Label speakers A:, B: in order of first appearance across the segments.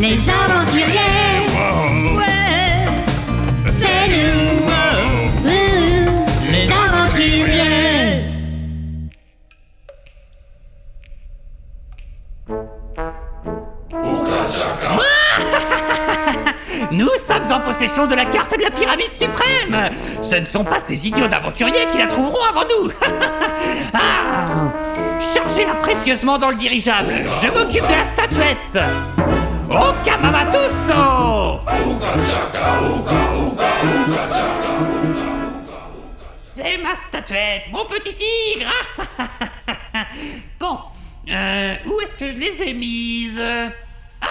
A: Les aventuriers, ouais, c'est nous, Ouh, les aventuriers.
B: Nous sommes en possession de la carte de la pyramide suprême Ce ne sont pas ces idiots d'aventuriers qui la trouveront avant nous Ah Chargez-la précieusement dans le dirigeable Je m'occupe de la statuette Au Kamamatoso C'est ma statuette, mon petit tigre Bon, euh, où est-ce que je les ai mises Ah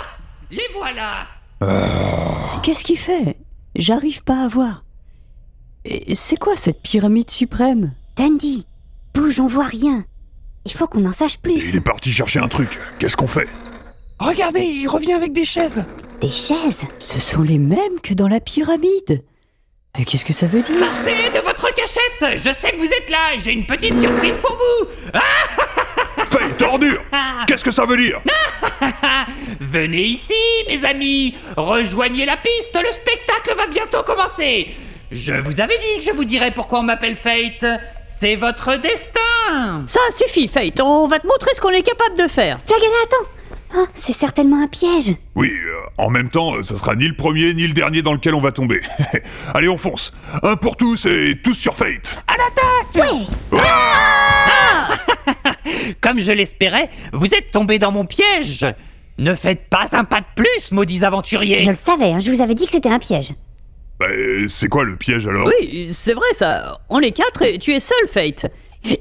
B: Les voilà
C: Qu'est-ce qu'il fait Eh, J'arrive pas à voir. Et c'est quoi cette pyramide suprême
D: Dandy, bouge, on voit rien. Il faut qu'on en sache plus.
E: Il est parti chercher un truc. Qu'est-ce qu'on fait
F: Regardez, il revient avec des chaises.
D: Des chaises
C: Ce sont les mêmes que dans la pyramide Et qu'est-ce que ça veut dire
B: Sortez de votre cachette Je sais que vous êtes là et j'ai une petite surprise pour vous Ah,
E: Fais tordure Qu'est-ce que ça veut dire
B: Venez ici, mes amis Rejoignez la piste, le spectacle va bientôt commencer Je vous avais dit que je vous dirais pourquoi on m'appelle Fate C'est votre destin
C: Ça suffit, Fate, on va te montrer ce qu'on est capable de faire
D: Flagala, attends Oh, c'est certainement un piège
E: Oui, euh, en même temps, euh, ça sera ni le premier ni le dernier dans lequel on va tomber. Allez, on fonce. Un pour tous et tous sur Fate.
B: Ah, Comme je l'espérais, vous êtes tombés dans mon piège Ne faites pas un pas de plus, maudits aventuriers
D: Je le savais, hein, je vous avais dit que c'était un piège.
E: Bah, euh, c'est quoi le piège alors
C: Oui, c'est vrai ça, on est quatre et tu es seul, Fate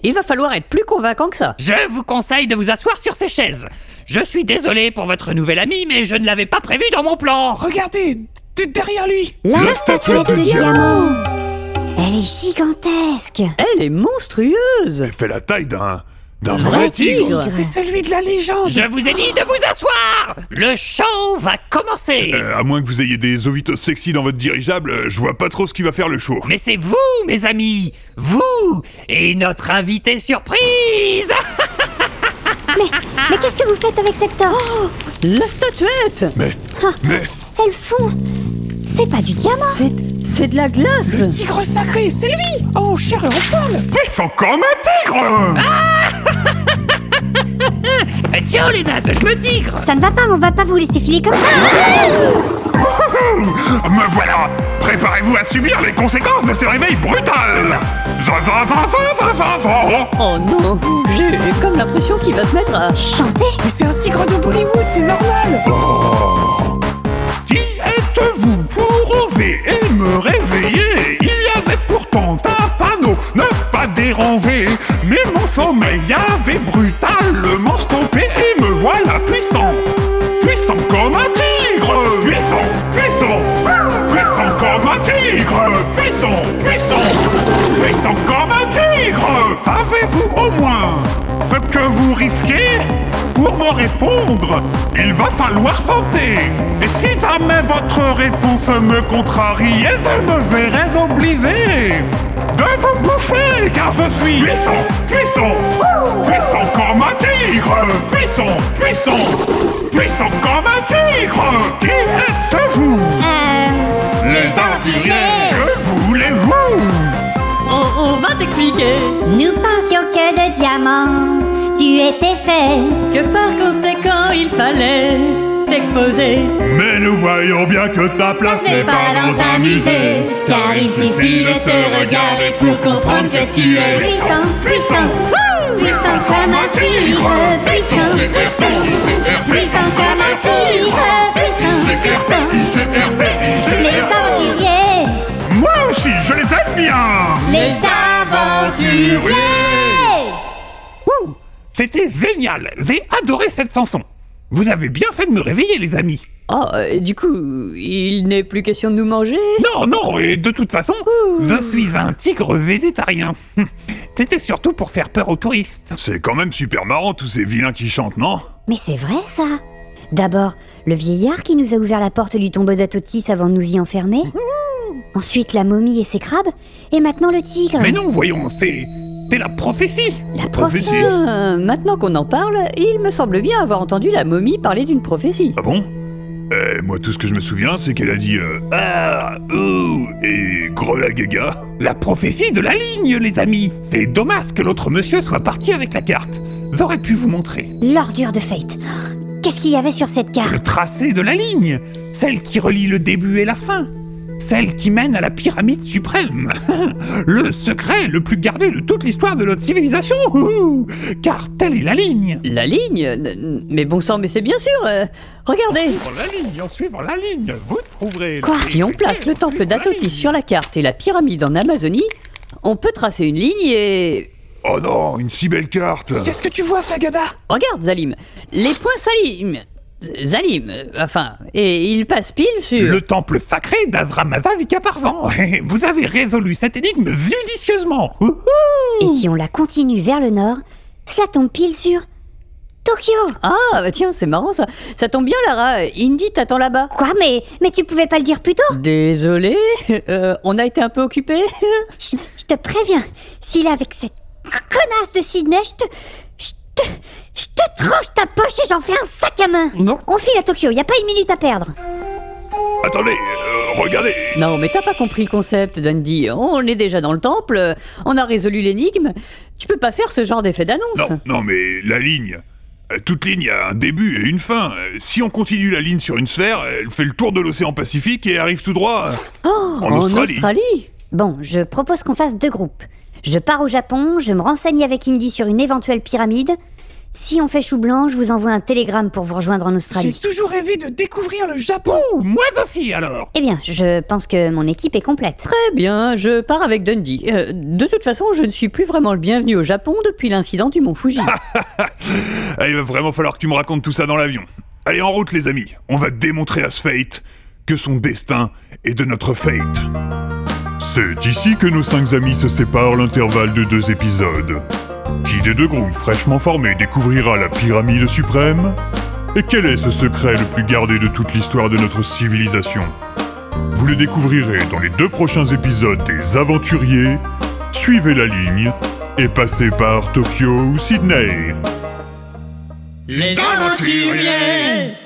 C: Il va falloir être plus convaincant que ça
B: Je vous conseille de vous asseoir sur ces chaises. Je suis désolé pour votre nouvel ami, mais je ne l'avais pas prévu dans mon plan.
F: Regardez, t'es derrière lui.
D: La,
E: La
D: statuette,
E: statuette
D: de
E: de
D: diamant Elle est gigantesque Euh,
C: Elle est monstrueuse
E: Elle fait la taille d'un. d'un
C: Vrai
E: vrai tigre
C: tigre.
F: C'est celui de la légende.
B: Je vous ai dit de vous asseoir. Le show va commencer.
E: Euh, À moins que vous ayez des ovitos sexy dans votre dirigeable, euh, je vois pas trop ce qui va faire le show.
B: Mais c'est vous, mes amis, vous et notre invité surprise.
D: Mais qu'est-ce que vous faites avec cette torche
C: La statuette
E: Mais. Mais.
D: Elle fond C'est pas du diamant
C: C'est- C'est de la glace
F: Tigre sacré, c'est lui. Oh, cher ressemble.
E: Mais c'est encore un tigre
B: Euh, Tiens, les nazes, je me tigre.
D: Ça ne va pas, on va pas vous laisser filer comme ça
E: Me voilà Préparez-vous à subir les conséquences de ce réveil brutal Zin, zin, zin, zin, zin, zin, zin.
C: Oh non J'ai j'ai comme l'impression qu'il va se mettre à...
D: Chanter
F: Mais c'est un tigre de Bollywood, c'est normal.
E: Qui êtes-vous pour oser et me réveiller Il y avait pourtant un panneau, ne pas déranger Mais mon sommeil avait brutalement stoppé Et me voilà puissant Puissant comme un tigre Puissant, puissant Puissant comme un tigre Puissant, puissant Puissant comme un tigre Savez-vous au moins ce que vous risquez Pour me répondre, il va falloir fenter Et si jamais votre réponse me contrarie, je me verrai obligé de vous bouffer car je suis puissant, puissant, puissant comme un tigre, puissant, puissant, puissant comme un tigre. Qui êtes-vous
D: Euh...
E: Les
D: aventuriers.
E: Que voulez-vous
C: On, on va t'expliquer
D: Nous pensions que de diamant, tu étais fait
C: Que par conséquent, il fallait t'exposer
E: Mais nous voyons bien que ta place n'est pas dans un musée Car il suffit de te regarder pour comprendre que tu es
D: Puissant, puissant, puissant comme un tigre, puissant, puissant, puissant comme un tigre, puissant, puissant. Les aventuriers,
E: Moi aussi, je les aime bien
D: les aventuriers.
G: C'était génial, j'ai adoré cette chanson. Vous avez bien fait de me réveiller, les amis.
C: Oh, euh, du coup, il n'est plus question de nous manger
G: Non, non, et de toute façon, je suis un tigre végétarien. Hum, C'était surtout pour faire peur aux touristes.
E: C'est quand même super marrant tous ces vilains qui chantent, non
D: Mais c'est vrai ça. D'abord, le vieillard qui nous a ouvert la porte du tombeau d'Atotis avant de nous y enfermer. Ensuite, la momie et ses crabes. Et maintenant, le tigre.
G: Mais non, voyons, c'est. C'est la prophétie
D: Hein. la prophétie.
C: Euh, Maintenant qu'on en parle, il me semble bien avoir entendu la momie parler d'une prophétie.
E: Ah bon Euh, moi, tout ce que je me souviens, c'est qu'elle a dit euh, Ah, ouh, et Grola Gaga.
G: La prophétie de la ligne, les amis C'est dommage que l'autre monsieur soit parti avec la carte. J'aurais pu vous montrer.
D: L'ordure de fate. Qu'est-ce qu'il y avait sur cette carte
G: Le tracé de la ligne Celle qui relie le début et la fin Celle qui mène à la pyramide suprême Le secret le plus gardé de toute l'histoire de notre civilisation ouhou. Car telle est la ligne
C: La ligne N- n- Mais bon sang, mais c'est bien sûr euh, Regardez
G: Suivant la ligne, en suivant la ligne, vous trouverez...
D: Quoi
C: Si on place le temple d'Atotis sur la carte et la pyramide en Amazonie, on peut tracer une ligne et...
E: Oh non, une si belle carte
F: Qu'est-ce que tu vois, Flagada
C: Regarde, Zalim Les points Salim Zalim, euh, enfin, et il passe pile sur...
G: Le temple sacré d'Azramazavika Parvan Vous avez résolu cette énigme judicieusement Ouhou.
D: Et si on la continue vers le nord, cela tombe pile sur Tokyo.
C: Ah, bah tiens, c'est marrant ça Ça tombe bien, Lara Indy t'attend là-bas
D: Quoi mais mais tu pouvais pas le dire plus tôt
C: Désolé, euh, on a été un peu occupé.
D: Je je te préviens, s'il est avec cette connasse de Sydney, je te je te je te tranche ta poche et j'en fais un sac à main.
C: Non.
D: On file à Tokyo, y a pas une minute à perdre.
E: Attendez, euh, regardez
C: non, mais t'as pas compris le concept, Dundee. On est déjà dans le temple, on a résolu l'énigme. Tu peux pas faire ce genre d'effet d'annonce.
E: Non, non, mais la ligne. Euh, Toute ligne a un début et une fin. Euh, Si on continue la ligne sur une sphère, elle fait le tour de l'océan Pacifique et arrive tout droit euh, en, Australie.
D: Bon, je propose qu'on fasse deux groupes. Je pars au Japon, je me renseigne avec Indy sur une éventuelle pyramide. Si on fait chou blanc, je vous envoie un télégramme pour vous rejoindre en
F: J'ai
D: Australie.
F: toujours rêvé de découvrir le Japon
G: Ouh, Moi aussi alors
D: Eh bien, je pense que mon équipe est complète.
C: Très Eh bien, je pars avec Dundee. Euh, de toute façon, je ne suis plus vraiment le bienvenu au Japon depuis l'incident du Mont Fuji.
E: Ah, il va vraiment falloir que tu me racontes tout ça dans l'avion. Allez, en route, les amis. On va démontrer à ce fate que son destin est de notre fate. C'est ici que nos cinq amis se séparent à l'intervalle de deux épisodes. Qui des deux groupes fraîchement formés découvrira la pyramide suprême Et quel est ce secret le plus gardé de toute l'histoire de notre civilisation Vous le découvrirez dans les deux prochains épisodes des Aventuriers. Suivez la ligne et passez par Tokyo ou Sydney.
B: Les
A: aventuriers